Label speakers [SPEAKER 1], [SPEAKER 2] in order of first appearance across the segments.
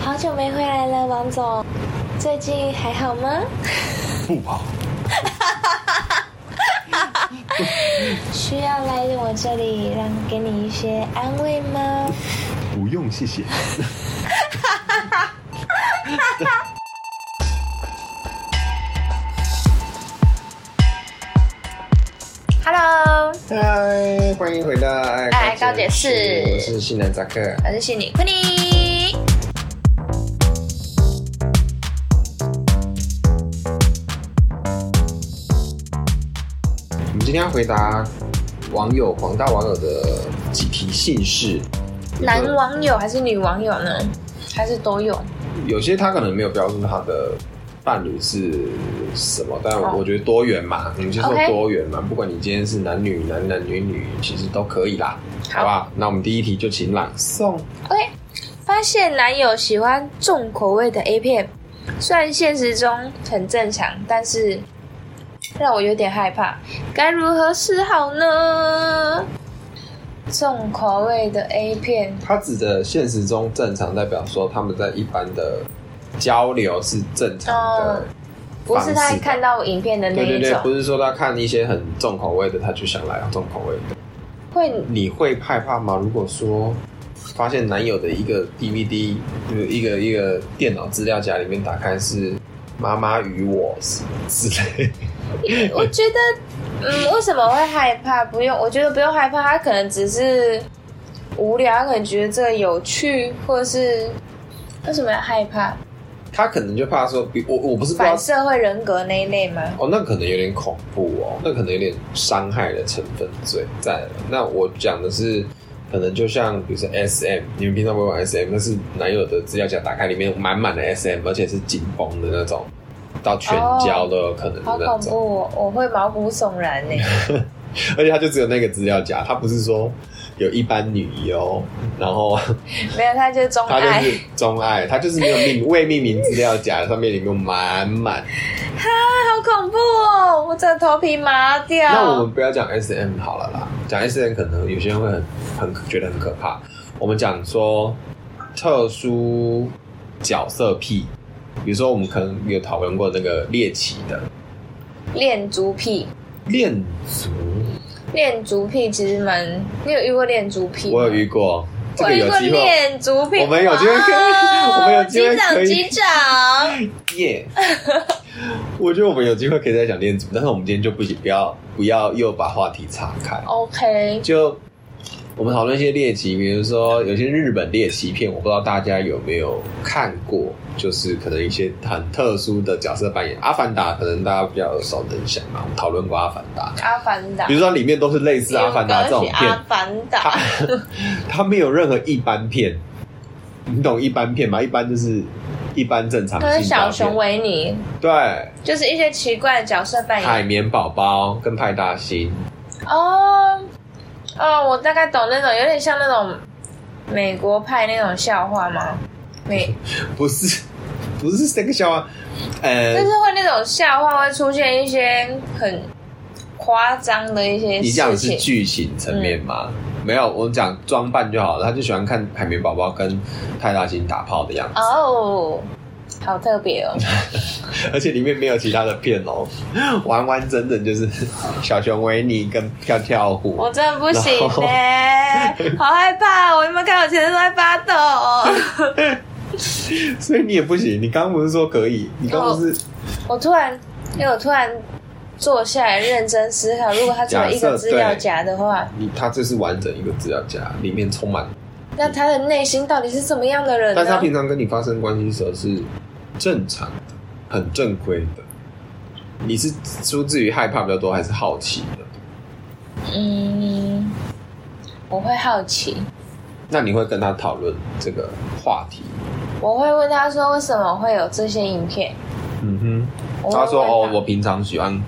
[SPEAKER 1] 好久没回来了，王总，最近还好吗？
[SPEAKER 2] 不跑，
[SPEAKER 1] 需要来我这里让给你一些安慰吗？
[SPEAKER 2] 不用谢谢。
[SPEAKER 1] Hello，
[SPEAKER 2] 嗨，欢迎回到爱
[SPEAKER 1] 哎爱高解释
[SPEAKER 2] 我是性能扎克。
[SPEAKER 1] 我是心理昆尼。
[SPEAKER 2] 我们今天要回答网友广大网友的几题姓氏，
[SPEAKER 1] 男网友还是女网友呢？还是都有？
[SPEAKER 2] 有些他可能没有标注他的伴侣是什么，但
[SPEAKER 1] 哦
[SPEAKER 2] 我觉得多元嘛，我们接受
[SPEAKER 1] OK
[SPEAKER 2] 多元嘛不管你今天是男女、男男女女，其实都可以啦，
[SPEAKER 1] 好
[SPEAKER 2] 好不好？那我们第一题就请朗诵。
[SPEAKER 1] OK，发现男友喜欢重口味的 A 片，虽然现实中很正常，但是让我有点害怕，该如何是好呢？重口味的 A 片，
[SPEAKER 2] 他指的现实中正常，代表说他们在一般的交流是正常的，
[SPEAKER 1] 不是他
[SPEAKER 2] 方式
[SPEAKER 1] 看到影片的那
[SPEAKER 2] 对对
[SPEAKER 1] 一
[SPEAKER 2] 对，不
[SPEAKER 1] 种，
[SPEAKER 2] 是说他看一些很重口味的，他就想来重口味的。
[SPEAKER 1] 会
[SPEAKER 2] 你会害怕吗？如果说发现男友的一个 DVD，就是一个一个电脑资料夹里面打开是《妈妈与我》之类，
[SPEAKER 1] 我觉得，嗯，为什么会害怕？不用，我觉得不用害怕，他可能只是无聊，他可能觉得这个有趣，或者是为什么要害怕？
[SPEAKER 2] 他可能就怕说，比我 我不是不知道
[SPEAKER 1] 反社会人格那一类吗？
[SPEAKER 2] 哦，那可能有点恐怖哦，那可能有点伤害的成分罪在了。那我讲的是，可能就像比如说 SM，你们平常不会玩 SM，但是男友的资料夹打开里面满满的 SM，而且是紧绷的那种，到全焦都有可能
[SPEAKER 1] 哦好
[SPEAKER 2] 的那
[SPEAKER 1] 恐
[SPEAKER 2] 种。
[SPEAKER 1] 怖、哦，我会毛骨悚然欸 呢。
[SPEAKER 2] 而且他就只有那个资料夹，他不是说有一般女优，然后
[SPEAKER 1] 没有，他就是嗯钟
[SPEAKER 2] 他
[SPEAKER 1] 爱
[SPEAKER 2] 就，是钟爱，他就是没有命未命名资料夹上面里面满满。
[SPEAKER 1] 好恐怖哦！我整个头皮麻掉。
[SPEAKER 2] 那我们不要讲 S M 好了啦，讲 S M 可能有些人会很很觉得很可怕。我们讲说特殊角色癖，比如说我们可能有讨论过那个猎奇的
[SPEAKER 1] 恋足癖，
[SPEAKER 2] 恋足，
[SPEAKER 1] 恋足癖其实蛮……你有遇过恋足癖吗？
[SPEAKER 2] 我有遇过，这
[SPEAKER 1] 我
[SPEAKER 2] 个
[SPEAKER 1] 遇
[SPEAKER 2] 有
[SPEAKER 1] 过
[SPEAKER 2] 机会
[SPEAKER 1] 恋足癖，
[SPEAKER 2] 我们有机会可以
[SPEAKER 1] 哇
[SPEAKER 2] 我们有机会
[SPEAKER 1] 击掌
[SPEAKER 2] 可以
[SPEAKER 1] 击掌。
[SPEAKER 2] 耶。我觉得我们有机会可以再讲恋足，但是我们今天就不不要不要又把话题岔开。
[SPEAKER 1] OK，
[SPEAKER 2] 就我们讨论一些猎奇，比如说有些日本猎奇片，我不知道大家有没有看过，就是可能一些很特殊的角色扮演，《阿凡达》可能大家比较耳熟能详嘛，我们讨论过《阿凡 达
[SPEAKER 1] 阿凡达》，
[SPEAKER 2] 比，如说里面都是类似《阿凡达》这种
[SPEAKER 1] 有个是阿
[SPEAKER 2] 片，
[SPEAKER 1] 凡
[SPEAKER 2] 它
[SPEAKER 1] 达，
[SPEAKER 2] 它没有任何一般片，你懂一般片吗？一般就是一般正常性
[SPEAKER 1] 跟小
[SPEAKER 2] 照片
[SPEAKER 1] 熊维尼，
[SPEAKER 2] 对，
[SPEAKER 1] 就是一些奇怪的角色扮演。
[SPEAKER 2] 海绵宝宝跟派大星，
[SPEAKER 1] 哦，哦，我大概懂那种，有点像那种美国派那种笑话吗？美
[SPEAKER 2] 不是不是这个笑话，呃，
[SPEAKER 1] 就是会那种笑话会出现一些很夸张的一些
[SPEAKER 2] 你讲
[SPEAKER 1] 事
[SPEAKER 2] 的是
[SPEAKER 1] 情。
[SPEAKER 2] 剧情层面吗？
[SPEAKER 1] 嗯
[SPEAKER 2] 没有，我讲装扮就好了。他就喜欢看海绵宝宝跟派大星打炮的样子，
[SPEAKER 1] 哦，好特别哦！
[SPEAKER 2] 而且里面没有其他的片哦，完完整整就是 小熊维尼跟跳跳虎。
[SPEAKER 1] 我真的不行
[SPEAKER 2] 然后
[SPEAKER 1] 呢、好害怕哦、我有没有看我全身都在发抖？
[SPEAKER 2] 所以你也不行，你刚刚不是说可以？你刚刚不是
[SPEAKER 1] 我突然，因为我突然坐下来认真思考，如果它只有一
[SPEAKER 2] 假
[SPEAKER 1] 个
[SPEAKER 2] 设
[SPEAKER 1] 资料
[SPEAKER 2] 对
[SPEAKER 1] 夹的话，
[SPEAKER 2] 你他这是完整一个资料夹，里面充满。
[SPEAKER 1] 那他的内心到底是怎么样的人呢？
[SPEAKER 2] 但是他平常跟你发生关系的时候是正常的，很正规的。你是出自于害怕比较多，还是好奇的？
[SPEAKER 1] 嗯，我会好奇，
[SPEAKER 2] 那你会跟他讨论这个话题？
[SPEAKER 1] 我会问他说为什么会有这些影片。
[SPEAKER 2] 嗯
[SPEAKER 1] 我
[SPEAKER 2] 哼，
[SPEAKER 1] 会
[SPEAKER 2] 他说
[SPEAKER 1] 问
[SPEAKER 2] 哦，我平常喜欢，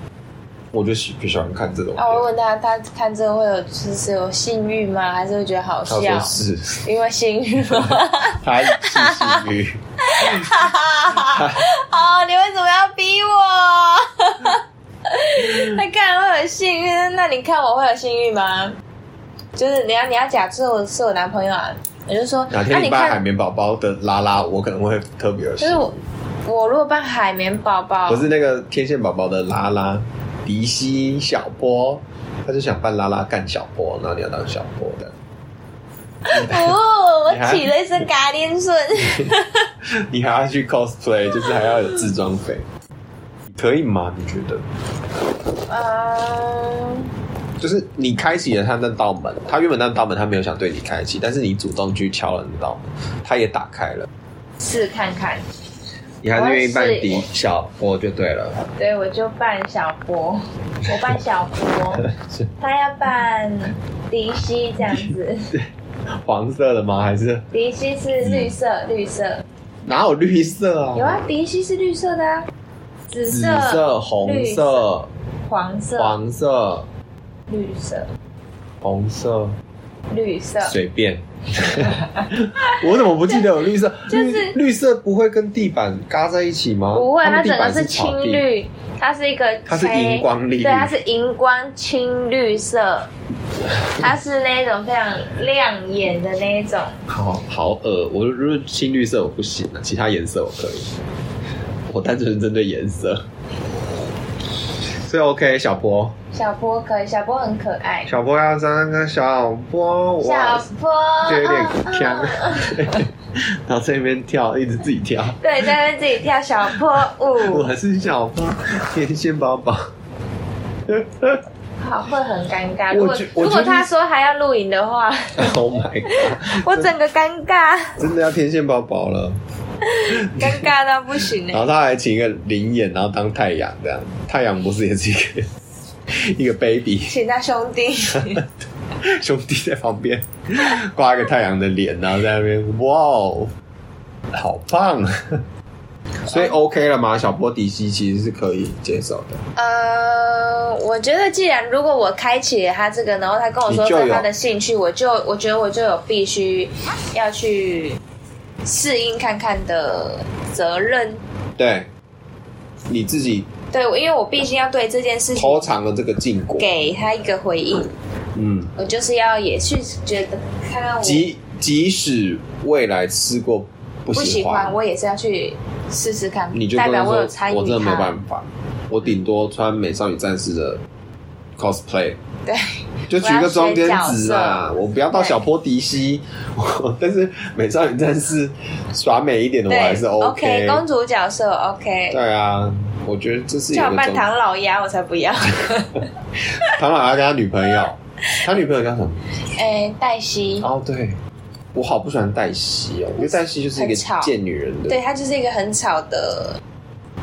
[SPEAKER 2] 我就喜喜欢看这种片。
[SPEAKER 1] 啊，我会问他，他看这个会有就是有性欲吗？还是会觉得好
[SPEAKER 2] 他
[SPEAKER 1] 笑？
[SPEAKER 2] 说是，
[SPEAKER 1] 因为性欲吗？
[SPEAKER 2] 他是性欲。
[SPEAKER 1] 哦，你为什么要逼我？
[SPEAKER 2] 嗯
[SPEAKER 1] 他看了会有性欲，那你看我会有性欲吗？就是你要你要假设我是我男朋友啊，我就说，
[SPEAKER 2] 哪
[SPEAKER 1] 啊，
[SPEAKER 2] 天
[SPEAKER 1] 你
[SPEAKER 2] 你办海
[SPEAKER 1] 看，
[SPEAKER 2] 绵宝宝的拉拉，我可能会特别有
[SPEAKER 1] 就
[SPEAKER 2] 兴
[SPEAKER 1] 是
[SPEAKER 2] 趣。
[SPEAKER 1] 我我如果办海绵宝宝，
[SPEAKER 2] 不是那个天线宝宝的拉拉，迪西小波，他就想扮拉拉干小波，然后你要当小波的。
[SPEAKER 1] 哦，
[SPEAKER 2] 你
[SPEAKER 1] 我
[SPEAKER 2] 还
[SPEAKER 1] 起了一身嘎铃顺，
[SPEAKER 2] 你还要去 cosplay，就是还要有自装费，可以吗？你觉得？
[SPEAKER 1] 嗯，
[SPEAKER 2] 就是你开启了他那道门，他原本那道门他没有想对你开启，但是你主动去敲了那道门，他也打开了。
[SPEAKER 1] 试看看。
[SPEAKER 2] 你还是愿意扮迪小波就对了。
[SPEAKER 1] 对，我就扮小波，我扮小波
[SPEAKER 2] 是，
[SPEAKER 1] 他要扮迪西这样子。
[SPEAKER 2] 黄色的吗？还是
[SPEAKER 1] 迪西是绿色，绿色
[SPEAKER 2] 哪有绿色啊？
[SPEAKER 1] 有啊，迪西是绿色的啊，紫
[SPEAKER 2] 紫
[SPEAKER 1] 色、
[SPEAKER 2] 色、红
[SPEAKER 1] 绿
[SPEAKER 2] 色、
[SPEAKER 1] 黄色、
[SPEAKER 2] 黄色、
[SPEAKER 1] 绿色、
[SPEAKER 2] 红色，
[SPEAKER 1] 绿色。
[SPEAKER 2] 随 便。我怎么不记得有绿色？
[SPEAKER 1] 就是
[SPEAKER 2] 绿绿色不会跟地板嘎在一起吗？
[SPEAKER 1] 不会，
[SPEAKER 2] 他
[SPEAKER 1] 啊它
[SPEAKER 2] 们地
[SPEAKER 1] 整
[SPEAKER 2] 板
[SPEAKER 1] 个
[SPEAKER 2] 是
[SPEAKER 1] 是
[SPEAKER 2] 草
[SPEAKER 1] 青
[SPEAKER 2] 地，
[SPEAKER 1] 绿，它是一个
[SPEAKER 2] 它是
[SPEAKER 1] 黑
[SPEAKER 2] 荧光绿
[SPEAKER 1] 对，它是荧光青绿色，它是那种非常亮眼的那一种。
[SPEAKER 2] 好好恶。我如果青绿色我不行啊了，其他颜色我可以。我单纯针对颜色，所以 OK。小波，
[SPEAKER 1] 小波可以，小波很可爱。
[SPEAKER 2] 小波要当个小波，哇
[SPEAKER 1] 小，波
[SPEAKER 2] 就有点
[SPEAKER 1] 嗯嗯
[SPEAKER 2] 强。 然后在那边跳，一直自己跳。
[SPEAKER 1] 对，在那边自己跳小波舞，
[SPEAKER 2] 我是小波，天线宝宝。
[SPEAKER 1] 好会很尴尬。
[SPEAKER 2] 我
[SPEAKER 1] 如果
[SPEAKER 2] 觉我
[SPEAKER 1] 如果
[SPEAKER 2] 觉得
[SPEAKER 1] 他说还要录影的话，
[SPEAKER 2] Oh my god！
[SPEAKER 1] 我整个尴尬，
[SPEAKER 2] 真的要天线宝宝了。
[SPEAKER 1] 尴尬到不行
[SPEAKER 2] 然
[SPEAKER 1] 哎。
[SPEAKER 2] 后他还请一个灵眼，然后当太阳这样。太阳不是也是一个一个 baby
[SPEAKER 1] 请他兄 弟，
[SPEAKER 2] 兄弟在旁边挂一个太阳的脸，然后在那边哇哦，好棒！啊所以
[SPEAKER 1] 哎
[SPEAKER 2] OK 了吗？小波迪西其实是可以接受的。
[SPEAKER 1] 呃，我觉得既然如果我开启了他这个，然后他跟我说
[SPEAKER 2] 你就有
[SPEAKER 1] 是他的兴趣，我就我觉得我就有必须要去适应看看的责任。
[SPEAKER 2] 对，你自己
[SPEAKER 1] 对，因为我毕竟要对这件事情
[SPEAKER 2] 偷尝了这个禁果，
[SPEAKER 1] 给他一个回应，
[SPEAKER 2] 嗯，
[SPEAKER 1] 我就是要也去觉得看看我
[SPEAKER 2] 即即使未来吃过不
[SPEAKER 1] 不喜
[SPEAKER 2] 喜欢
[SPEAKER 1] 欢，，我也是要去试试看
[SPEAKER 2] 你，就
[SPEAKER 1] 代
[SPEAKER 2] 跟
[SPEAKER 1] 表
[SPEAKER 2] 他
[SPEAKER 1] 我
[SPEAKER 2] 说
[SPEAKER 1] 有参与它。
[SPEAKER 2] 我真的没办法，我顶多穿美少女战士的 cosplay，
[SPEAKER 1] 对，
[SPEAKER 2] 就取一个中间值啊，我不要到小波迪西，我 但是美少女战士耍美一点的我
[SPEAKER 1] 对
[SPEAKER 2] 还是
[SPEAKER 1] OK，
[SPEAKER 2] OK。
[SPEAKER 1] 公主角色 OK，
[SPEAKER 2] 对啊，我觉得这是一个
[SPEAKER 1] 叫我
[SPEAKER 2] 中
[SPEAKER 1] 扮唐老鸭我才不要。
[SPEAKER 2] 唐老鸭跟他女朋友，他女朋友叫什么？
[SPEAKER 1] 哎，黛西，
[SPEAKER 2] 哦，对，我好不喜欢黛西哦，因为黛西就是一个
[SPEAKER 1] 很吵
[SPEAKER 2] 贱女人的
[SPEAKER 1] 对，她就是一个很吵的，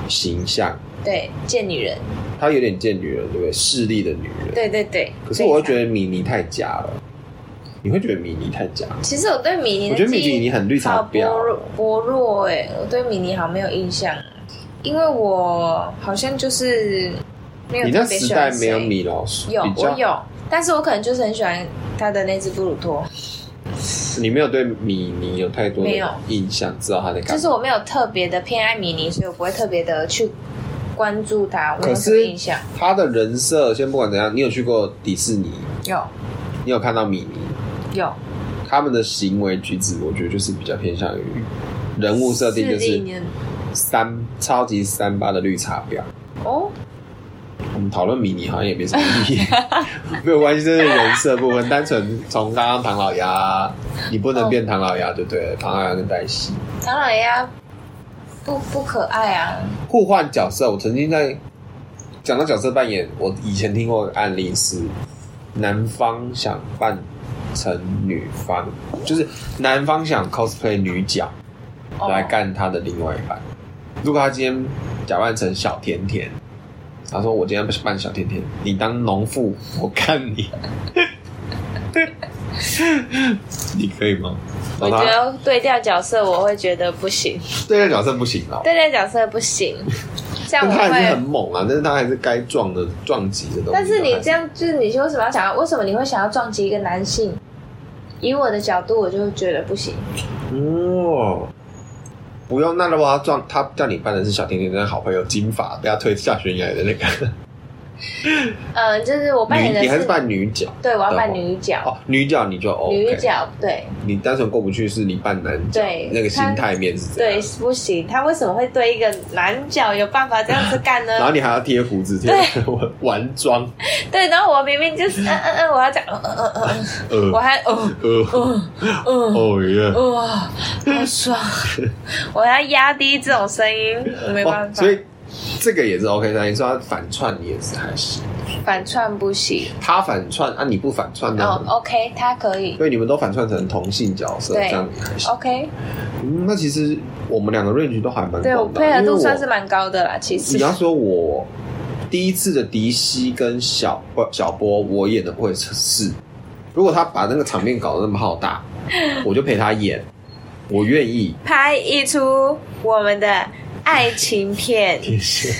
[SPEAKER 2] 形象，
[SPEAKER 1] 对，贱女人，
[SPEAKER 2] 她有点贱女人，对不对？势利的女人。
[SPEAKER 1] 对对对。
[SPEAKER 2] 可是我会觉得
[SPEAKER 1] 得，
[SPEAKER 2] 米妮太假了，你会觉得米妮太假？
[SPEAKER 1] 其实我对米妮
[SPEAKER 2] 我
[SPEAKER 1] 的
[SPEAKER 2] 觉得
[SPEAKER 1] 记
[SPEAKER 2] 米
[SPEAKER 1] 忆
[SPEAKER 2] 妮很绿
[SPEAKER 1] 好
[SPEAKER 2] 茶婊
[SPEAKER 1] 薄，弱薄弱哎、我对米妮好没有印象，因为我好像就是没有
[SPEAKER 2] 你
[SPEAKER 1] 特
[SPEAKER 2] 那
[SPEAKER 1] 别
[SPEAKER 2] 时
[SPEAKER 1] 喜
[SPEAKER 2] 代
[SPEAKER 1] 欢
[SPEAKER 2] 没有
[SPEAKER 1] 谁
[SPEAKER 2] 米老鼠，
[SPEAKER 1] 有
[SPEAKER 2] 比
[SPEAKER 1] 我
[SPEAKER 2] 较
[SPEAKER 1] 有，但是我可能就是很喜欢他的那只布鲁托，
[SPEAKER 2] 你没有对米妮有太多
[SPEAKER 1] 没有
[SPEAKER 2] 的印象，知道她在干
[SPEAKER 1] 就
[SPEAKER 2] 嘛。
[SPEAKER 1] 是我没有特别的偏爱米妮，所以我不会特别的去关注他，我没
[SPEAKER 2] 可
[SPEAKER 1] 有什么
[SPEAKER 2] 是
[SPEAKER 1] 印象。
[SPEAKER 2] 她的人设，先不管怎样，你有去过迪士尼，
[SPEAKER 1] 有
[SPEAKER 2] 你有看到米妮，
[SPEAKER 1] 有
[SPEAKER 2] 他们的行为举止，我觉得就是比较偏向于人物设定，就
[SPEAKER 1] 四
[SPEAKER 2] 是
[SPEAKER 1] 零年
[SPEAKER 2] 三超级三八的绿茶婊。
[SPEAKER 1] 哦，
[SPEAKER 2] 我们讨论迷你好像也没什么意义， 没有关系，这是人设部分。单纯从刚刚唐老鸭，你不能变唐老鸭就对了，唐老鸭跟黛西
[SPEAKER 1] 唐老鸭不不可爱啊，
[SPEAKER 2] 互换角色。我曾经在讲到角色扮演，我以前听过的案例是，男方想扮成女方，就是男方想 cosplay 女角
[SPEAKER 1] 哦
[SPEAKER 2] 来干他的另外一半。如果他今天假扮成小甜甜，他说我今天扮小甜甜，你当农妇，我干你， 你可以吗？
[SPEAKER 1] 我
[SPEAKER 2] 然
[SPEAKER 1] 觉
[SPEAKER 2] 后他
[SPEAKER 1] 得对调角色我会觉得不行，
[SPEAKER 2] 对这个角色不行哦、
[SPEAKER 1] 对调角色不行，这样
[SPEAKER 2] 但
[SPEAKER 1] 我
[SPEAKER 2] 他还是很
[SPEAKER 1] 会。
[SPEAKER 2] 猛啊，但是他还是该撞的撞击的东西。
[SPEAKER 1] 但是你这
[SPEAKER 2] 样，
[SPEAKER 1] 样，就是你为什么要想要？为什么你会想要撞击一个男性？以我的角度，我就会觉得不行。
[SPEAKER 2] 哦，不用。那如果他撞，他叫你扮的是小甜甜的好朋友金发，被他推下悬崖的那个，
[SPEAKER 1] 嗯，就是我 扮演
[SPEAKER 2] 女
[SPEAKER 1] 的
[SPEAKER 2] 你还是扮女角
[SPEAKER 1] 对，我要扮女角，
[SPEAKER 2] 哦，女角你就 OK，
[SPEAKER 1] 女角对
[SPEAKER 2] 你单纯过不去是你扮男角，
[SPEAKER 1] 对
[SPEAKER 2] 那个心态面是这
[SPEAKER 1] 对
[SPEAKER 2] 样，
[SPEAKER 1] 不行，他为什么会对一个男角有办法这样子干
[SPEAKER 2] 然后
[SPEAKER 1] 呢？
[SPEAKER 2] 你还要贴胡子贴 完完妆，
[SPEAKER 1] 对，然后我明明就是嗯嗯嗯，我要讲嗯嗯嗯嗯嗯，
[SPEAKER 2] 呃
[SPEAKER 1] 我还哦
[SPEAKER 2] 呃
[SPEAKER 1] 嗯嗯。
[SPEAKER 2] 哦耶。
[SPEAKER 1] 哇，好爽！我要压低这种声音，我没办
[SPEAKER 2] 哦，
[SPEAKER 1] 法，
[SPEAKER 2] 所以这个也是 OK 的。你说他反串你也是还行，
[SPEAKER 1] 反串不行。
[SPEAKER 2] 他反串啊，你不反串呢？
[SPEAKER 1] 哦，OK，他可以
[SPEAKER 2] 因为你们都反串成同性角色，
[SPEAKER 1] 对哦
[SPEAKER 2] 这样也还行。
[SPEAKER 1] ，OK，
[SPEAKER 2] 嗯那其实我们两个 range 都还蛮广的
[SPEAKER 1] 对
[SPEAKER 2] 啊，
[SPEAKER 1] 我配合
[SPEAKER 2] 因为
[SPEAKER 1] 度
[SPEAKER 2] 我
[SPEAKER 1] 算是蛮高的啦，其实
[SPEAKER 2] 你。要说我第一次的迪西跟小不小波，我演的会是，如果他把那个场面搞得那么浩 大，我就陪他演，我愿意。
[SPEAKER 1] 拍一出我们的爱情片，
[SPEAKER 2] 天线，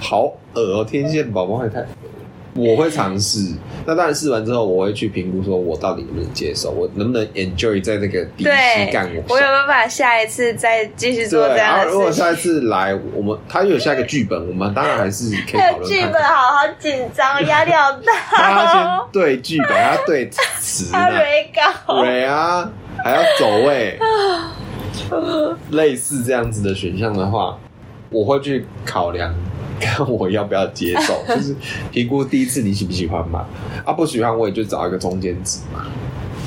[SPEAKER 2] 好恶哦、天线宝宝也太恶了。我会尝试，那当然试完之后，我会去评估，说我到底能不能接受，我能不能 enjoy 在这个迪西
[SPEAKER 1] 对
[SPEAKER 2] 干
[SPEAKER 1] 我有没有办法下一次再继续做这
[SPEAKER 2] 对，
[SPEAKER 1] 样
[SPEAKER 2] 然
[SPEAKER 1] 的
[SPEAKER 2] 后如果
[SPEAKER 1] 事情？
[SPEAKER 2] 下一次来，我们他有下一个剧本，我们当然还是可以
[SPEAKER 1] 还
[SPEAKER 2] 讨
[SPEAKER 1] 有
[SPEAKER 2] 论
[SPEAKER 1] 剧
[SPEAKER 2] 看看
[SPEAKER 1] 本，好好紧张，压力好
[SPEAKER 2] 他
[SPEAKER 1] 大
[SPEAKER 2] 要
[SPEAKER 1] 哦
[SPEAKER 2] 先。啊对剧本，还要对词呢
[SPEAKER 1] 他，没搞，
[SPEAKER 2] 对啊，还要走位，类似这样子的选项的话，我会去考量，看我要不要接 受，就是评估第一次你喜不喜欢嘛，啊不喜欢我也就找一个中间值嘛。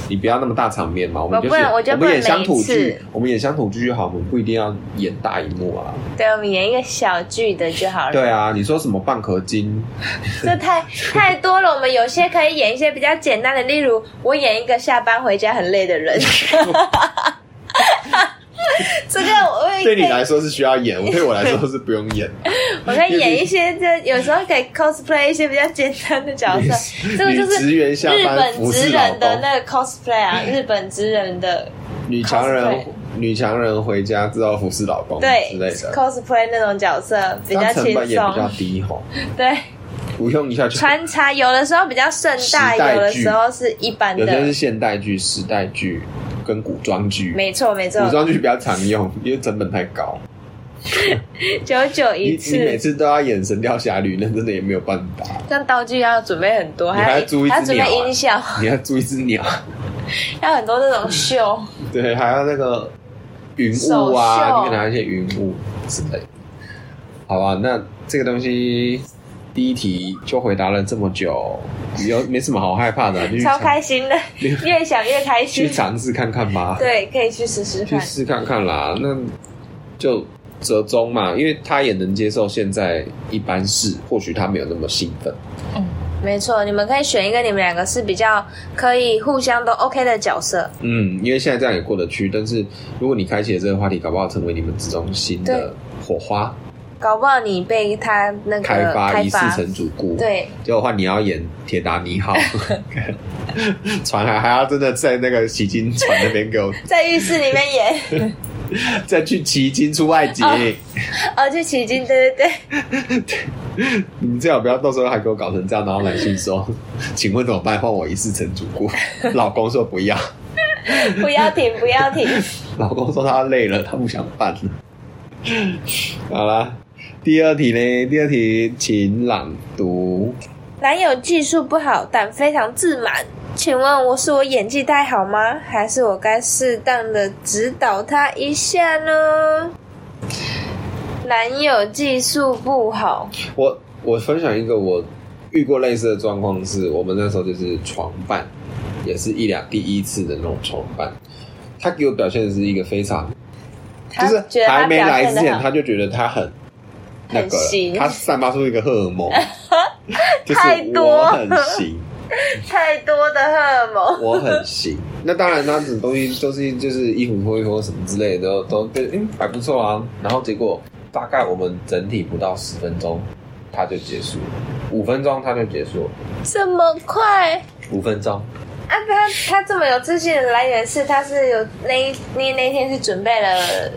[SPEAKER 2] 你不要那么大场面嘛，我们
[SPEAKER 1] 我
[SPEAKER 2] 就
[SPEAKER 1] 不
[SPEAKER 2] 是
[SPEAKER 1] 能我就不
[SPEAKER 2] 们
[SPEAKER 1] 能
[SPEAKER 2] 演乡土
[SPEAKER 1] 每一
[SPEAKER 2] 剧
[SPEAKER 1] 次，
[SPEAKER 2] 我们演乡土剧就好，我们不一定要演大荧幕啊。
[SPEAKER 1] 对，我们演一个小剧的就好了。
[SPEAKER 2] 对啊，你说什么蚌壳精，
[SPEAKER 1] 这太太多了。我们有些可以演一些比较简单的，例如我演一个下班回家很累的人。 这个我也可
[SPEAKER 2] 对你
[SPEAKER 1] 以，
[SPEAKER 2] 来说是需要 演，对我来说是不用演。
[SPEAKER 1] 我可以演一些，这有时候可以 cosplay 一些比较简单的角色。这个
[SPEAKER 2] 女
[SPEAKER 1] 就是
[SPEAKER 2] 职员下
[SPEAKER 1] 日
[SPEAKER 2] 班
[SPEAKER 1] 本
[SPEAKER 2] 服
[SPEAKER 1] 职
[SPEAKER 2] 侍老
[SPEAKER 1] 人的
[SPEAKER 2] 公，嗯
[SPEAKER 1] 那个 cosplay 啊，日本职人的
[SPEAKER 2] 女强人
[SPEAKER 1] cosplay
[SPEAKER 2] 女强人回家知道服侍老公
[SPEAKER 1] 对
[SPEAKER 2] 之类的，
[SPEAKER 1] cosplay 那种角色比较
[SPEAKER 2] 那成
[SPEAKER 1] 轻
[SPEAKER 2] 本也比较
[SPEAKER 1] 松，
[SPEAKER 2] 低吼，
[SPEAKER 1] 对
[SPEAKER 2] 不用一下就。
[SPEAKER 1] 穿插有的时候比较盛大，
[SPEAKER 2] 时代
[SPEAKER 1] 有的
[SPEAKER 2] 剧
[SPEAKER 1] 时候是一般
[SPEAKER 2] 有
[SPEAKER 1] 的，
[SPEAKER 2] 些是现代剧、时代剧跟古装剧，
[SPEAKER 1] 没错没错
[SPEAKER 2] 古，装剧比较常用，因为成本太高。
[SPEAKER 1] 九九
[SPEAKER 2] 你
[SPEAKER 1] 一次。
[SPEAKER 2] 你每次都要演《神雕侠侣》，那真的也没有办法。
[SPEAKER 1] 像道具要准备很多，
[SPEAKER 2] 你还要
[SPEAKER 1] 要
[SPEAKER 2] 租一只
[SPEAKER 1] 还要准
[SPEAKER 2] 鸟
[SPEAKER 1] 备
[SPEAKER 2] 啊
[SPEAKER 1] 音效，
[SPEAKER 2] 你要租一只鸟，
[SPEAKER 1] 要很多那 种秀。
[SPEAKER 2] 对，还要那个云雾
[SPEAKER 1] 手
[SPEAKER 2] 啊，
[SPEAKER 1] 袖
[SPEAKER 2] 你可以拿一些云雾之类的。好吧，那这个东西第一题就回答了这么久，有没什么好害 怕的、就去
[SPEAKER 1] 超
[SPEAKER 2] 尝
[SPEAKER 1] 开心的，越想越开
[SPEAKER 2] 去
[SPEAKER 1] 心。
[SPEAKER 2] 尝试看看吧，
[SPEAKER 1] 对，可以去试试
[SPEAKER 2] 去
[SPEAKER 1] 看。
[SPEAKER 2] 试看看啦。那就折中嘛，因为他也能接受现在一般事，或许他没有那么兴奋。
[SPEAKER 1] 嗯，没错，你们可以选一个你们两个是比较可以互相都 OK 的角色。
[SPEAKER 2] 嗯，因为现在这样也过得去，但是如果你开启了这个话题，搞不好成为你们之中新的火花，
[SPEAKER 1] 搞不好你被他那个
[SPEAKER 2] 开发
[SPEAKER 1] 开
[SPEAKER 2] 一世
[SPEAKER 1] 发，
[SPEAKER 2] 成主顾。。
[SPEAKER 1] 对，
[SPEAKER 2] 结果换你要演铁达尼号，船还还要真的在那个洗金船那边给我，
[SPEAKER 1] 在浴室里面演，
[SPEAKER 2] 再去骑金出外景，
[SPEAKER 1] 哦 哦，就起劲，对对对，
[SPEAKER 2] 你最好不要到时候还给我搞成这样，然后来信说， 请问怎么办？换我一世成主顾。老公说不要，
[SPEAKER 1] 不要停，不要停。
[SPEAKER 2] 老公说他累了，他不想办了。好啦，第二题呢？第二题，请朗读。
[SPEAKER 1] 男友技术不好，但非常自满。请问我是我演技太好吗？还是我该适当的指导他一下呢？男友技术不好，
[SPEAKER 2] 我我分享一个我遇过类似的状况是，我们那时候就是床伴，也是一两第一次的那种床伴。他给我表现的是一个非常，就
[SPEAKER 1] 他觉
[SPEAKER 2] 是
[SPEAKER 1] 得他
[SPEAKER 2] 还没
[SPEAKER 1] 表
[SPEAKER 2] 来之
[SPEAKER 1] 现
[SPEAKER 2] 前，
[SPEAKER 1] 的
[SPEAKER 2] 他
[SPEAKER 1] 好，
[SPEAKER 2] 就觉得他很那个
[SPEAKER 1] 很行
[SPEAKER 2] 了，他散发出一个荷尔 蒙，就是
[SPEAKER 1] 太多
[SPEAKER 2] 我很行，
[SPEAKER 1] 太多的荷尔蒙，
[SPEAKER 2] 我很行。 那当然，他这种东西都是就是衣服脱一脱什么之类的，都都对，嗯，还不错啊。然后结果大概我们整体不到十分钟，他就结束了，五分钟他就结束了，
[SPEAKER 1] 这么快
[SPEAKER 2] 五分钟。
[SPEAKER 1] 啊！他他这么有自信的来源是，他是有那一那那天是准备了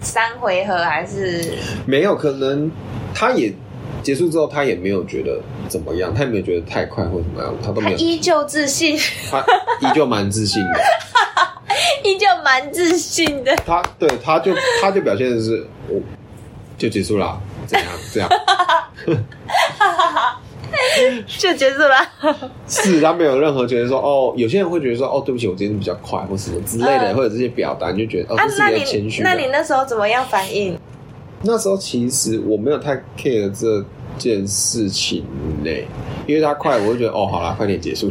[SPEAKER 1] 三回合还是？
[SPEAKER 2] 没有，可能他也结束之后，他也没有觉得怎么样，他也没有觉得太快或怎么样，他都
[SPEAKER 1] 他
[SPEAKER 2] 没有，
[SPEAKER 1] 依旧自信，
[SPEAKER 2] 他依旧蛮自信的。
[SPEAKER 1] 依旧蛮自信的。
[SPEAKER 2] 他对他就他就表现的是我就结束了啊，怎样这样，
[SPEAKER 1] 就结束了。
[SPEAKER 2] 是他没有任何觉得说哦，有些人会觉得说哦，对不起，我今天比较快或什么之类的，
[SPEAKER 1] 嗯
[SPEAKER 2] 会有这些表达，你就觉得哦，
[SPEAKER 1] 啊
[SPEAKER 2] 这，是
[SPEAKER 1] 那
[SPEAKER 2] 比较谦
[SPEAKER 1] 你
[SPEAKER 2] 虚的。
[SPEAKER 1] 那你那时候怎么样反应？
[SPEAKER 2] 那时候其实我没有太 care 这件事情嘞，因为他快，我就觉得哦，好啦，快点结束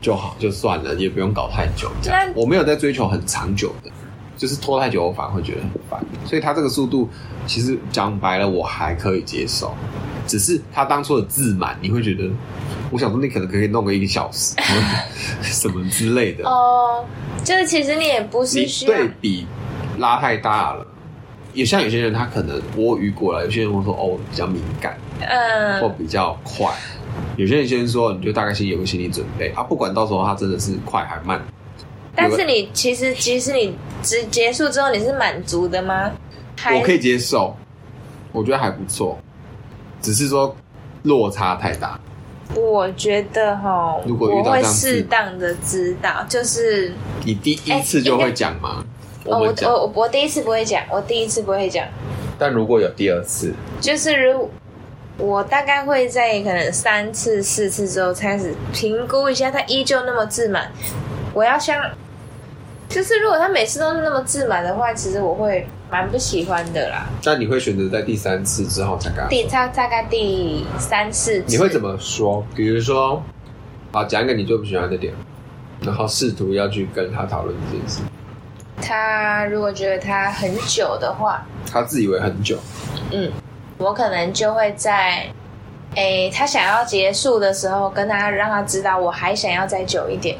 [SPEAKER 2] 就好，就算了，也不用搞太久这样。
[SPEAKER 1] 那
[SPEAKER 2] 我没有在追求很长久的，就是拖太久我反而会觉得嗯很烦。所以他这个速度，其实讲白了我还可以接受，只是他当初的自满，你会觉得，我想说你可能可以弄个一个小时， 什么之类的。
[SPEAKER 1] 哦，就是其实你也不是
[SPEAKER 2] 你
[SPEAKER 1] 需要
[SPEAKER 2] 对比拉太大了。也像有些人，他可能我有遇过了，有些人会说哦比较敏感或
[SPEAKER 1] 嗯
[SPEAKER 2] 比较快，有些人先说你就大概先有个心理准备啊，不管到时候他真的是快还慢，
[SPEAKER 1] 但是你其实，即使你只结束之后，你是满足的吗？还
[SPEAKER 2] 我可以接受，我觉得还不错，只是说落差太大。
[SPEAKER 1] 我觉得哈，
[SPEAKER 2] 如果遇到
[SPEAKER 1] 我会
[SPEAKER 2] 这样子
[SPEAKER 1] 适当的指导，就是
[SPEAKER 2] 你第一次就会讲吗？
[SPEAKER 1] 哎哦，
[SPEAKER 2] 我
[SPEAKER 1] 我
[SPEAKER 2] 们讲，
[SPEAKER 1] 我我我第一次不会讲，我第一次不会讲，
[SPEAKER 2] 但如果有第二次，
[SPEAKER 1] 就是如我大概会在可能三次四次之后开始评估一下，他依旧那么自满，我要像，就是如果他每次都是那么自满的话，其实我会蛮不喜欢的啦。
[SPEAKER 2] 但你会选择在第三次之后才跟他
[SPEAKER 1] 第大大概第三四次，
[SPEAKER 2] 你会怎么说？比如说，啊，讲一个你最不喜欢的点，然后试图要去跟他讨论这件事。
[SPEAKER 1] 他如果觉得他很久的话，
[SPEAKER 2] 他自以为很久，
[SPEAKER 1] 我可能就会在，诶、他想要结束的时候，跟他让他知道我还想要再久一点，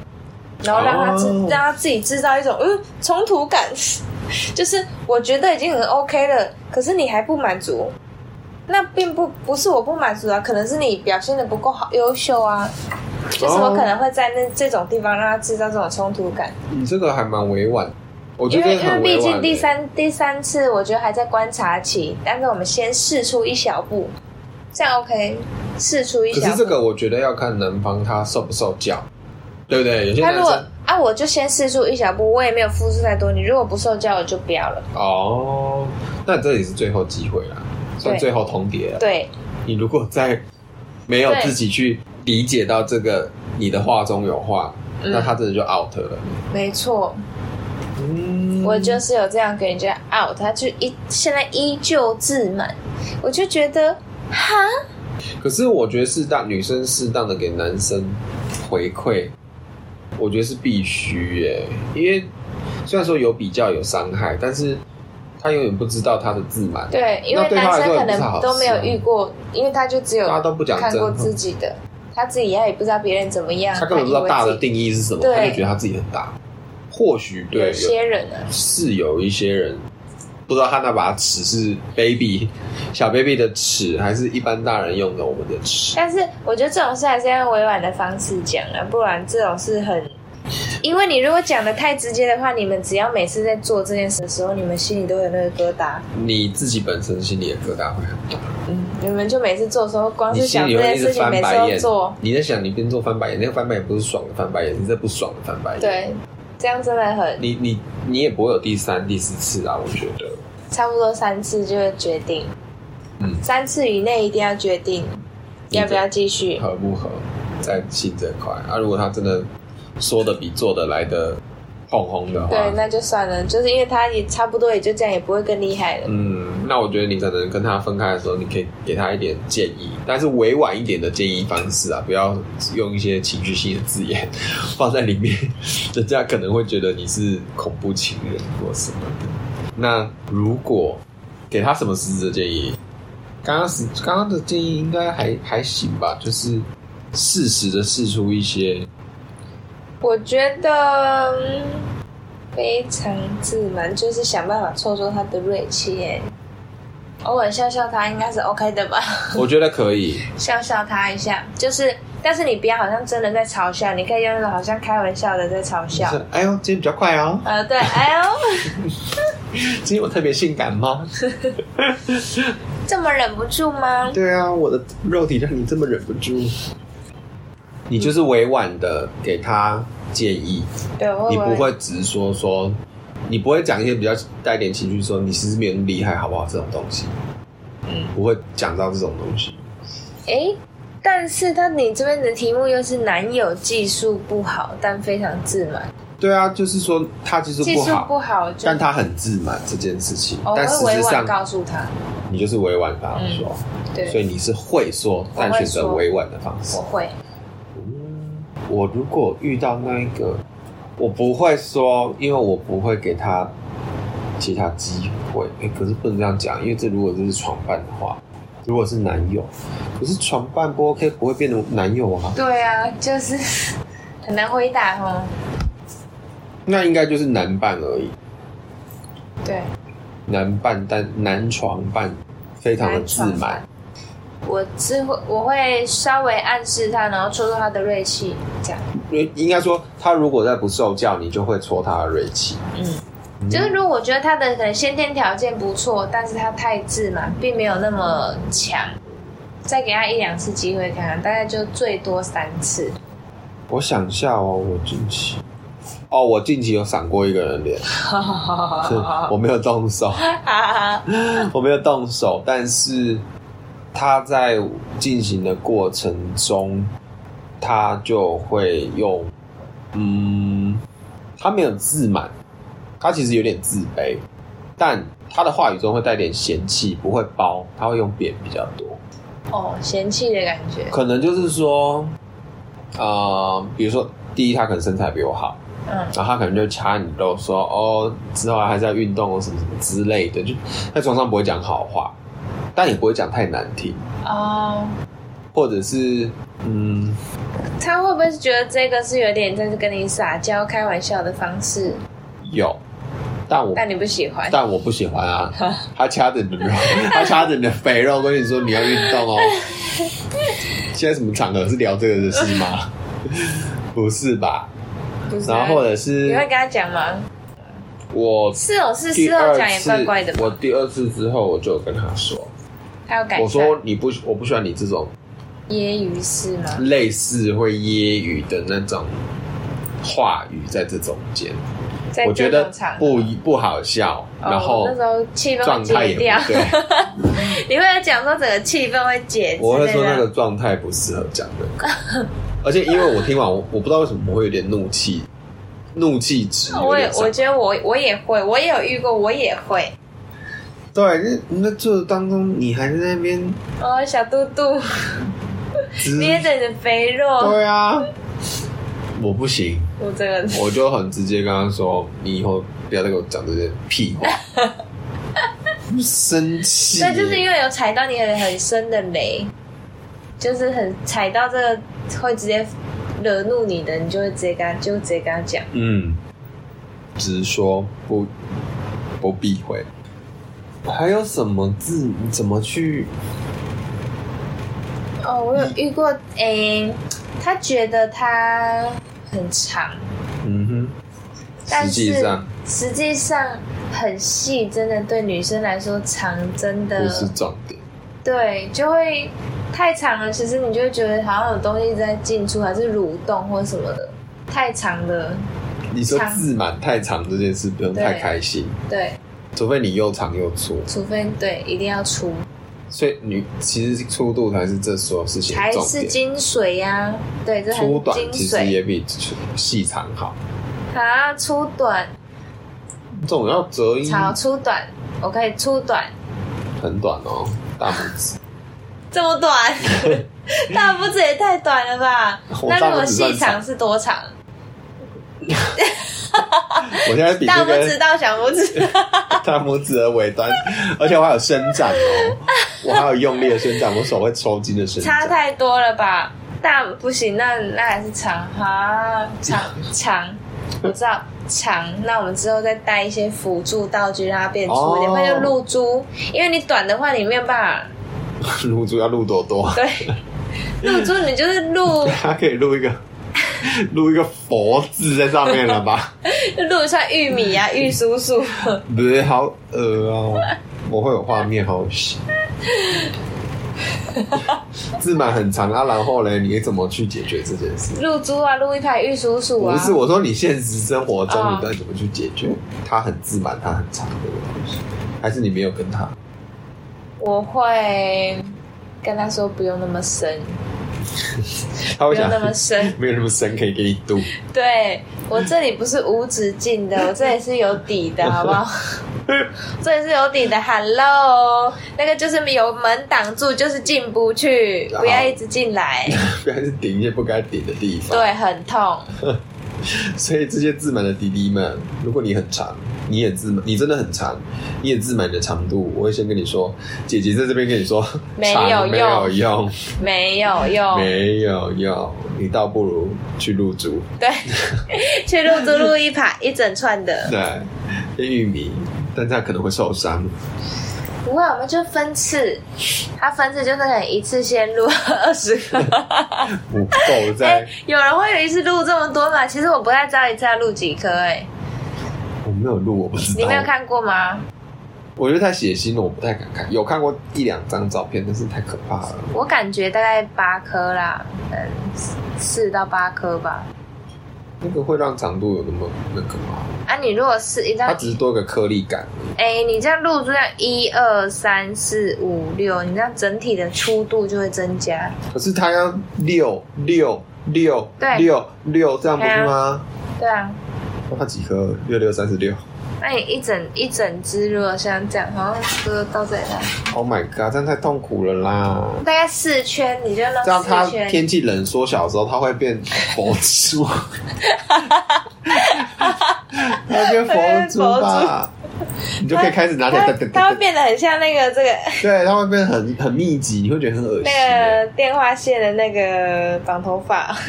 [SPEAKER 1] 然后让他知、
[SPEAKER 2] 哦
[SPEAKER 1] 让他自己制造一种嗯冲突感， 就是我觉得已经很 OK 了，可是你还不满足，那并不不是我不满足啊，可能是你表现的不够好优秀啊，就是我可能会在那这种地方让他制造这种冲突感。
[SPEAKER 2] 你嗯这个还蛮委婉，我觉
[SPEAKER 1] 因
[SPEAKER 2] 得
[SPEAKER 1] 为因为
[SPEAKER 2] 很委婉
[SPEAKER 1] 毕竟第
[SPEAKER 2] 欸
[SPEAKER 1] 三第三次，我觉得还在观察期，但是我们先试出一小步，这样 OK，试出一
[SPEAKER 2] 可
[SPEAKER 1] 小
[SPEAKER 2] 是
[SPEAKER 1] 步。
[SPEAKER 2] 这个我觉得要看男方他受不受教，对不对？有些
[SPEAKER 1] 他
[SPEAKER 2] 男
[SPEAKER 1] 如果
[SPEAKER 2] 生
[SPEAKER 1] 啊，我就先试出一小步，我也没有付出太多。你如果不受教，我就不要了。
[SPEAKER 2] 哦，那这也是最后机会啦，算
[SPEAKER 1] 对
[SPEAKER 2] 最后通牒了。
[SPEAKER 1] 对，
[SPEAKER 2] 你如果在没有
[SPEAKER 1] 对
[SPEAKER 2] 自己去理解到这个你的话中有话，
[SPEAKER 1] 嗯
[SPEAKER 2] 那他真的就 out 了。
[SPEAKER 1] 没错，
[SPEAKER 2] 嗯，
[SPEAKER 1] 我就是有这样给人家 out，他就一现在依旧自满，我就觉得哈，
[SPEAKER 2] 可是我觉得适当女生适当的给男生回馈，我觉得是必须耶，因为虽然说有比较有伤害，但是他永远不知道他的自满，
[SPEAKER 1] 对，因为
[SPEAKER 2] 对他
[SPEAKER 1] 男
[SPEAKER 2] 来说
[SPEAKER 1] 生
[SPEAKER 2] 也
[SPEAKER 1] 可
[SPEAKER 2] 不是好
[SPEAKER 1] 能都没
[SPEAKER 2] 事啊
[SPEAKER 1] 有遇过，因为他就只有
[SPEAKER 2] 大家都不讲
[SPEAKER 1] 看
[SPEAKER 2] 真
[SPEAKER 1] 过
[SPEAKER 2] 话
[SPEAKER 1] 自己的，他自己也不知道别人怎么样，
[SPEAKER 2] 他根本不知
[SPEAKER 1] 以
[SPEAKER 2] 道
[SPEAKER 1] 为
[SPEAKER 2] 大
[SPEAKER 1] 自
[SPEAKER 2] 的
[SPEAKER 1] 己
[SPEAKER 2] 定义是什么，
[SPEAKER 1] 对
[SPEAKER 2] 他就觉得他自己很大。或许对
[SPEAKER 1] 有些人啊呢、
[SPEAKER 2] 是有一些人不知道他那把尺是 baby 小 baby 的尺，还是一般大人用的我们的尺。
[SPEAKER 1] 但是我觉得这种事还是要用委婉的方式讲啊，不然这种事很，因为你如果讲的太直接的话，你们只要每次在做这件事的时候，你们心里都有那个疙瘩，
[SPEAKER 2] 你自己本身心里的疙瘩会很大。
[SPEAKER 1] 嗯，你们就每次做的时候，光
[SPEAKER 2] 你
[SPEAKER 1] 是
[SPEAKER 2] 心
[SPEAKER 1] 想
[SPEAKER 2] 里
[SPEAKER 1] 这
[SPEAKER 2] 会
[SPEAKER 1] 件
[SPEAKER 2] 一直
[SPEAKER 1] 事情，
[SPEAKER 2] 翻
[SPEAKER 1] 每次
[SPEAKER 2] 白
[SPEAKER 1] 都
[SPEAKER 2] 眼
[SPEAKER 1] 做，，
[SPEAKER 2] 你在想你边做翻白眼，那个翻白眼不是爽的翻白眼，是在不爽的翻白眼。，
[SPEAKER 1] 对，这样真的很，
[SPEAKER 2] 你你你也不会有第三、第四次啊，我觉得。
[SPEAKER 1] 差不多三次就会决定，
[SPEAKER 2] 嗯
[SPEAKER 1] 三次以内一定要决定
[SPEAKER 2] 你的
[SPEAKER 1] 要不要继续，
[SPEAKER 2] 合不合在性这块啊？如果他真的说的比做的来的哄哄的话，
[SPEAKER 1] 对，那就算了，就是因为他也差不多也就这样，也不会更厉害了，
[SPEAKER 2] 嗯，那我觉得你可能跟他分开的时候，你可以给他一点建议，但是委婉一点的建议方式啊，不要用一些情绪性的字眼放在里面，人家可能会觉得你是恐怖情人或什么的。那如果给他什么实质的建议？刚刚是刚刚的建议应该还还行吧，就是适时的试出一些
[SPEAKER 1] 我觉得嗯非常自满，就是想办法挫挫他的锐气耶。偶尔笑笑他应该是 OK 的吧，
[SPEAKER 2] 我觉得可以，
[SPEAKER 1] 笑笑他一下，就是，但是你不要好像真的在嘲笑，你可以用那种好像开玩笑的在嘲
[SPEAKER 2] 就
[SPEAKER 1] 笑。
[SPEAKER 2] 是哎呦，今天比较快哦，
[SPEAKER 1] 呃， 对，哎呦，
[SPEAKER 2] 今天我特别性感吗？
[SPEAKER 1] 这么忍不住吗？
[SPEAKER 2] 对啊，我的肉体让你这么忍不住。你就是委婉的给他建议，
[SPEAKER 1] 对，我
[SPEAKER 2] 你
[SPEAKER 1] 会
[SPEAKER 2] 不
[SPEAKER 1] 会
[SPEAKER 2] 会直说说，你不会讲一些比较带点情绪说你其实没有那么厉害，好不好？这种东西，
[SPEAKER 1] 嗯，
[SPEAKER 2] 不会讲到这种东西。
[SPEAKER 1] 哎，但是他你这边的题目又是男友技术不好，但非常自满，
[SPEAKER 2] 对啊，就是说他技术
[SPEAKER 1] 技
[SPEAKER 2] 不
[SPEAKER 1] 术
[SPEAKER 2] 好，
[SPEAKER 1] 不好就
[SPEAKER 2] 但他很自满这件事情，
[SPEAKER 1] 哦我
[SPEAKER 2] 但
[SPEAKER 1] 会
[SPEAKER 2] 实
[SPEAKER 1] 委
[SPEAKER 2] 际
[SPEAKER 1] 婉告
[SPEAKER 2] 上
[SPEAKER 1] 诉他，
[SPEAKER 2] 你就是委婉跟他说，
[SPEAKER 1] 对，
[SPEAKER 2] 所以你是会说，但选择委婉的方式
[SPEAKER 1] 我。会，
[SPEAKER 2] 嗯我如果遇到那一个，我不会说，因为我不会给他其他机会。哎、可是不能这样讲，因为这如果这是床伴的话，如果是男友，可是床伴不 OK，不会变成男友啊。
[SPEAKER 1] 对啊，就是 很难回答哦。
[SPEAKER 2] 那应该就是男伴而已，
[SPEAKER 1] 对，
[SPEAKER 2] 男伴但男床伴非常的自
[SPEAKER 1] 男床
[SPEAKER 2] 满
[SPEAKER 1] 伴。我只会我会稍微暗示他，然后戳戳他的锐气，这样。
[SPEAKER 2] 因为应该说，他如果再不受教，你就会戳他的锐气。
[SPEAKER 1] 嗯，就是如果我觉得他的可能先天条件不错，但是他太自满，并没有那么强，再给他一两次机会看看，大概就最多三次。
[SPEAKER 2] 我想一下哦，我近期，哦，我近期有赏过一个人脸，
[SPEAKER 1] 哈哈 哈
[SPEAKER 2] 是我没有动手。
[SPEAKER 1] 哈！
[SPEAKER 2] 我没有动手，但是他在进行的过程中，他就会用，嗯，他没有自满，他其实有点自卑，但他的话语中会带点嫌弃，不会包，他会用贬比较多，
[SPEAKER 1] 哦，嫌弃的感觉。
[SPEAKER 2] 可能就是说，呃，比如说第一，他可能身材比我好。
[SPEAKER 1] 嗯，
[SPEAKER 2] 然后他可能就掐你肉说哦，之后还是要运动哦，什么什么之类的，就在床上不会讲好话，但也不会讲太难听，
[SPEAKER 1] 哦，
[SPEAKER 2] 或者是嗯，
[SPEAKER 1] 他会不会是觉得这个是有点在跟你撒娇、开玩笑的方式，
[SPEAKER 2] 有，但我
[SPEAKER 1] 但你不喜欢？
[SPEAKER 2] 但我不喜欢 啊，他掐着你的肉，他掐着你的肥肉，跟你说你要运动 哦。现在什么场合是聊这个的事 吗？不是吧？
[SPEAKER 1] 不是啊
[SPEAKER 2] 然后或者
[SPEAKER 1] 你会
[SPEAKER 2] 是
[SPEAKER 1] 跟他讲吗？
[SPEAKER 2] 我
[SPEAKER 1] 是哦，是
[SPEAKER 2] 第
[SPEAKER 1] 事后
[SPEAKER 2] 二
[SPEAKER 1] 讲也
[SPEAKER 2] 次
[SPEAKER 1] 怪怪的，
[SPEAKER 2] 我
[SPEAKER 1] 嘛。
[SPEAKER 2] 第二次之后我就有跟他说，
[SPEAKER 1] 他要改善。
[SPEAKER 2] 我说你不，我不喜欢你这种
[SPEAKER 1] 揶揄是吗？
[SPEAKER 2] 类似会揶揄的那种话语在这中间，
[SPEAKER 1] 在
[SPEAKER 2] 我觉
[SPEAKER 1] 这
[SPEAKER 2] 得
[SPEAKER 1] 种场合
[SPEAKER 2] 不不好笑，
[SPEAKER 1] 哦
[SPEAKER 2] 然后
[SPEAKER 1] 那时候气氛
[SPEAKER 2] 状
[SPEAKER 1] 会
[SPEAKER 2] 态也
[SPEAKER 1] 解
[SPEAKER 2] 不
[SPEAKER 1] 掉，
[SPEAKER 2] 对，
[SPEAKER 1] 你会讲说整个气氛会解之类的，
[SPEAKER 2] 我会说那个状态不适合讲这个，而且因为我听完我我不知道为什么我会有点怒气，怒气值有
[SPEAKER 1] 哦我也
[SPEAKER 2] 点上
[SPEAKER 1] 我觉得我我也会，我也有遇过，我也会。
[SPEAKER 2] 对，啊那那这当中你还在那边
[SPEAKER 1] 哦，小肚
[SPEAKER 2] 嗯
[SPEAKER 1] 肚
[SPEAKER 2] 直
[SPEAKER 1] 捏着你的肥肉，
[SPEAKER 2] 对啊，我不行，
[SPEAKER 1] 我这个
[SPEAKER 2] 我就很直接跟他说，你以后不要再给我讲这些屁话。生 气耶，
[SPEAKER 1] 对，就是因为有踩到你很很深的雷，就是很踩到这个会直接惹怒你的，你就会直接跟他就直接跟他讲。
[SPEAKER 2] 嗯，直说不不避讳。还有什么字怎么去？
[SPEAKER 1] 哦，我有遇过，诶、他觉得他很长，
[SPEAKER 2] 嗯哼，
[SPEAKER 1] 但
[SPEAKER 2] 实
[SPEAKER 1] 是
[SPEAKER 2] 际上
[SPEAKER 1] 实际上很细，真的对女生来说长真
[SPEAKER 2] 不
[SPEAKER 1] 的
[SPEAKER 2] 是重点。
[SPEAKER 1] 对，就会太长了。其实你就会觉得好像有东西在进出，还是蠕动或什么的，太长了。
[SPEAKER 2] 你说
[SPEAKER 1] 长
[SPEAKER 2] 字满太长这件事不用
[SPEAKER 1] 对
[SPEAKER 2] 太开心，
[SPEAKER 1] 对，
[SPEAKER 2] 除非你又长又粗，
[SPEAKER 1] 除非对一定要出，
[SPEAKER 2] 所以你其实粗度才是这所有事情
[SPEAKER 1] 还
[SPEAKER 2] 的重
[SPEAKER 1] 是
[SPEAKER 2] 点。
[SPEAKER 1] 精髓呀、对，这
[SPEAKER 2] 粗
[SPEAKER 1] 很
[SPEAKER 2] 短
[SPEAKER 1] 精
[SPEAKER 2] 其实也
[SPEAKER 1] 髓
[SPEAKER 2] 比粗细长好，
[SPEAKER 1] 啊，粗短，
[SPEAKER 2] 总要折一
[SPEAKER 1] 好粗短，我可以粗短，
[SPEAKER 2] 很短哦，大拇指。
[SPEAKER 1] 这么短，大拇指也太短了吧？
[SPEAKER 2] 我
[SPEAKER 1] 那如
[SPEAKER 2] 大
[SPEAKER 1] 果
[SPEAKER 2] 拇指算
[SPEAKER 1] 细长是多长？
[SPEAKER 2] 我现在比
[SPEAKER 1] 大
[SPEAKER 2] 这
[SPEAKER 1] 拇指
[SPEAKER 2] 个
[SPEAKER 1] 到小拇指，
[SPEAKER 2] 大拇指的尾端， 而且我还有伸展 哦，我还有用力的伸展，我手会抽筋的伸
[SPEAKER 1] 差
[SPEAKER 2] 展。
[SPEAKER 1] 太多了吧？大不行，那那还是长哈，长长，我知道长。那我们之后再带一些辅助道具，让它变粗一点，
[SPEAKER 2] 哦
[SPEAKER 1] 不然就露珠。因为你短的话，你没有办
[SPEAKER 2] 露珠要露多多
[SPEAKER 1] 法，，对， 露珠你就是露
[SPEAKER 2] 它可以露一个 露一个佛字在上面了吧？
[SPEAKER 1] 露一串玉米啊，玉叔叔。
[SPEAKER 2] 不是，好恶哦、我会有画面，好恶 心。字满很长啊，然后嘞，你怎么去解决这件事？
[SPEAKER 1] 露珠啊，露一排玉叔叔啊，
[SPEAKER 2] 不是，我说你现实生活中
[SPEAKER 1] 哦
[SPEAKER 2] 你该怎么去解决？他很自满，他很长这个东西，还是你没有跟他？
[SPEAKER 1] 我会跟他说不用那么深，
[SPEAKER 2] 他
[SPEAKER 1] 不
[SPEAKER 2] 会
[SPEAKER 1] 用
[SPEAKER 2] 想
[SPEAKER 1] 那么 深。
[SPEAKER 2] 没有那么深，可以给你 度。
[SPEAKER 1] 对我这里不是无止境的，我这里是有底 的，好不好？这里是有底的，Hello，那个就是有门挡住，就是进不去，不要一直 进来，
[SPEAKER 2] 不要去顶一些不该顶的地方。
[SPEAKER 1] 对，很痛。
[SPEAKER 2] 所以这些自满的滴滴们，如果你很长，你也自满，你真的很长，你也自满你的长度，我会先跟你说，姐姐在这边跟你说，
[SPEAKER 1] 没 有
[SPEAKER 2] 长
[SPEAKER 1] 用哦
[SPEAKER 2] 没有用，
[SPEAKER 1] 没有用，
[SPEAKER 2] 没有用，你倒不如去入猪，
[SPEAKER 1] 对，去露珠露一排一整串的，
[SPEAKER 2] 对， 变玉米，但它可能会受伤。
[SPEAKER 1] 不会，我们就分次，它分次就是可能一次先录二十个。
[SPEAKER 2] 不够
[SPEAKER 1] 哎、
[SPEAKER 2] 在，
[SPEAKER 1] 有人会一次录这么多吗？其实我不太知道一次要录几颗、哎，
[SPEAKER 2] 我没有录，我不知道。
[SPEAKER 1] 你没有？看过吗？
[SPEAKER 2] 我觉得太血腥了，我不太敢看。有看过一两张照片，但是太可怕了。
[SPEAKER 1] 我感觉大概八颗啦，嗯，四到八颗吧。
[SPEAKER 2] 那个会让长度有那么那个吗？
[SPEAKER 1] 啊，你如果是一张
[SPEAKER 2] 它，只是多一个颗粒感。
[SPEAKER 1] 哎、你这样露珠要一二三四五六，你这样整体的粗度就会增加。
[SPEAKER 2] 可是他要六六六
[SPEAKER 1] 对
[SPEAKER 2] 六六，这样不是吗？
[SPEAKER 1] 对啊，
[SPEAKER 2] 那他几颗？六六三十六。
[SPEAKER 1] 那你一整一整只如果像这样，好像割到这里来，
[SPEAKER 2] Oh my god，这样太痛苦了啦！
[SPEAKER 1] 大概四圈，你就
[SPEAKER 2] 这样
[SPEAKER 1] 弄
[SPEAKER 2] 它
[SPEAKER 1] 四圈。
[SPEAKER 2] 天气冷缩小的时候，它会变佛珠， 它会变佛珠吧？你就可以开始拿起来，
[SPEAKER 1] 它
[SPEAKER 2] 哒哒哒
[SPEAKER 1] 它会
[SPEAKER 2] 哒
[SPEAKER 1] 变得很像那个这个
[SPEAKER 2] 对，它会变得很很密集，你会觉得很恶心。
[SPEAKER 1] 那个电话线的那个绑头发。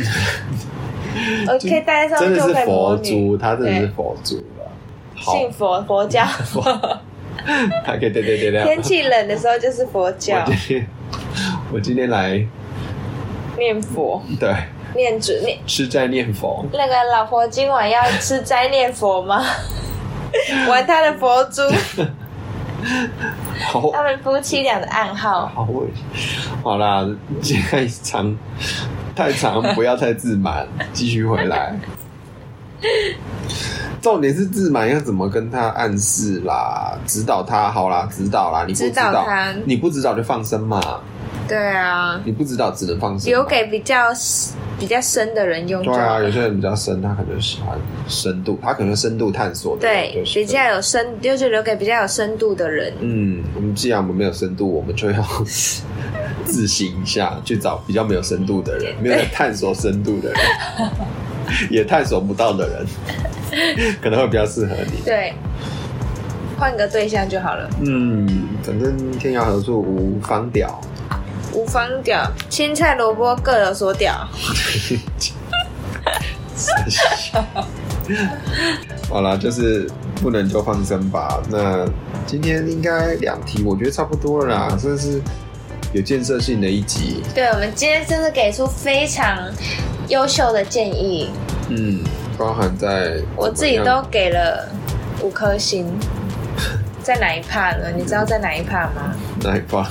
[SPEAKER 1] 我可以戴在上
[SPEAKER 2] 真
[SPEAKER 1] 面
[SPEAKER 2] 的
[SPEAKER 1] 就是可以模
[SPEAKER 2] 佛
[SPEAKER 1] 拟
[SPEAKER 2] 珠，它真的是
[SPEAKER 1] 对
[SPEAKER 2] 佛珠了。好，
[SPEAKER 1] 信佛佛 教。
[SPEAKER 2] 它可以对对对对。
[SPEAKER 1] 天气冷的时候就是佛教
[SPEAKER 2] 我今天 我今天来，
[SPEAKER 1] 念佛
[SPEAKER 2] 对，
[SPEAKER 1] 念主念
[SPEAKER 2] 吃斋念佛，
[SPEAKER 1] 那个老婆今晚要吃斋念佛 吗？玩他的佛珠，
[SPEAKER 2] 好
[SPEAKER 1] 他们夫妻俩的暗号。
[SPEAKER 2] 好味。好啦，今天太长太长，不要太自满，继续回 来。重点是自满要怎么跟他暗示啦，指导他，好啦，指导啦，你不
[SPEAKER 1] 指导他
[SPEAKER 2] 你不指导就放生嘛，
[SPEAKER 1] 对啊，
[SPEAKER 2] 你不指导只能放生嘛，
[SPEAKER 1] 留给比较比较深的人用就
[SPEAKER 2] 对啊，
[SPEAKER 1] 好。
[SPEAKER 2] 有些人比较深，他可能喜欢深度，他可能深度探索的人
[SPEAKER 1] 对
[SPEAKER 2] 就，是
[SPEAKER 1] 比较有深，就是留给比较有深度的人。
[SPEAKER 2] 嗯，我们既然我们没有深度，我们 就要自省一下，去找比较没有深度的人，没有在探索深度 的人，也探索不到的人， 可能会比较适合你。
[SPEAKER 1] 对，换个对象就好了。
[SPEAKER 2] 嗯，反正天涯何处无芳屌，
[SPEAKER 1] 无芳屌，青菜萝卜各有所屌。
[SPEAKER 2] 好啦，就是不能就放生吧。那今天应该两题，我觉得差不多了啦，算是有建设性的一集。
[SPEAKER 1] 对，我们今天真的给出非常优秀的建议，
[SPEAKER 2] 嗯，包含在
[SPEAKER 1] 我自己
[SPEAKER 2] 怎么
[SPEAKER 1] 都
[SPEAKER 2] 样
[SPEAKER 1] 给了五颗星，在哪一趴呢？你知道在哪一趴吗？
[SPEAKER 2] 哪一方？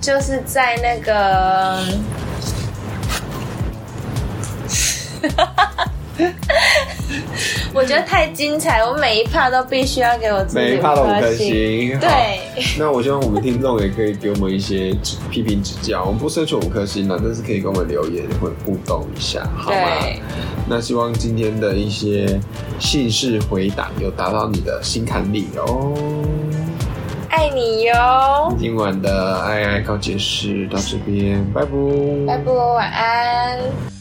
[SPEAKER 1] 就是在那个。 我觉得太精彩，我每一趴都必须要给我自己
[SPEAKER 2] 每一趴都五颗星。好
[SPEAKER 1] 对，
[SPEAKER 2] 那我希望我们听众也可以给我们一些指批评指教，我们不奢求五颗星啦，但是可以跟我们留言，会互动一下，好吗？
[SPEAKER 1] 对，
[SPEAKER 2] 那希望今天的一些姓氏回答有达到你的心坎里哦。
[SPEAKER 1] 爱你哟。
[SPEAKER 2] 今晚的爱爱告解室到这边，拜拜，
[SPEAKER 1] 拜拜，晚安。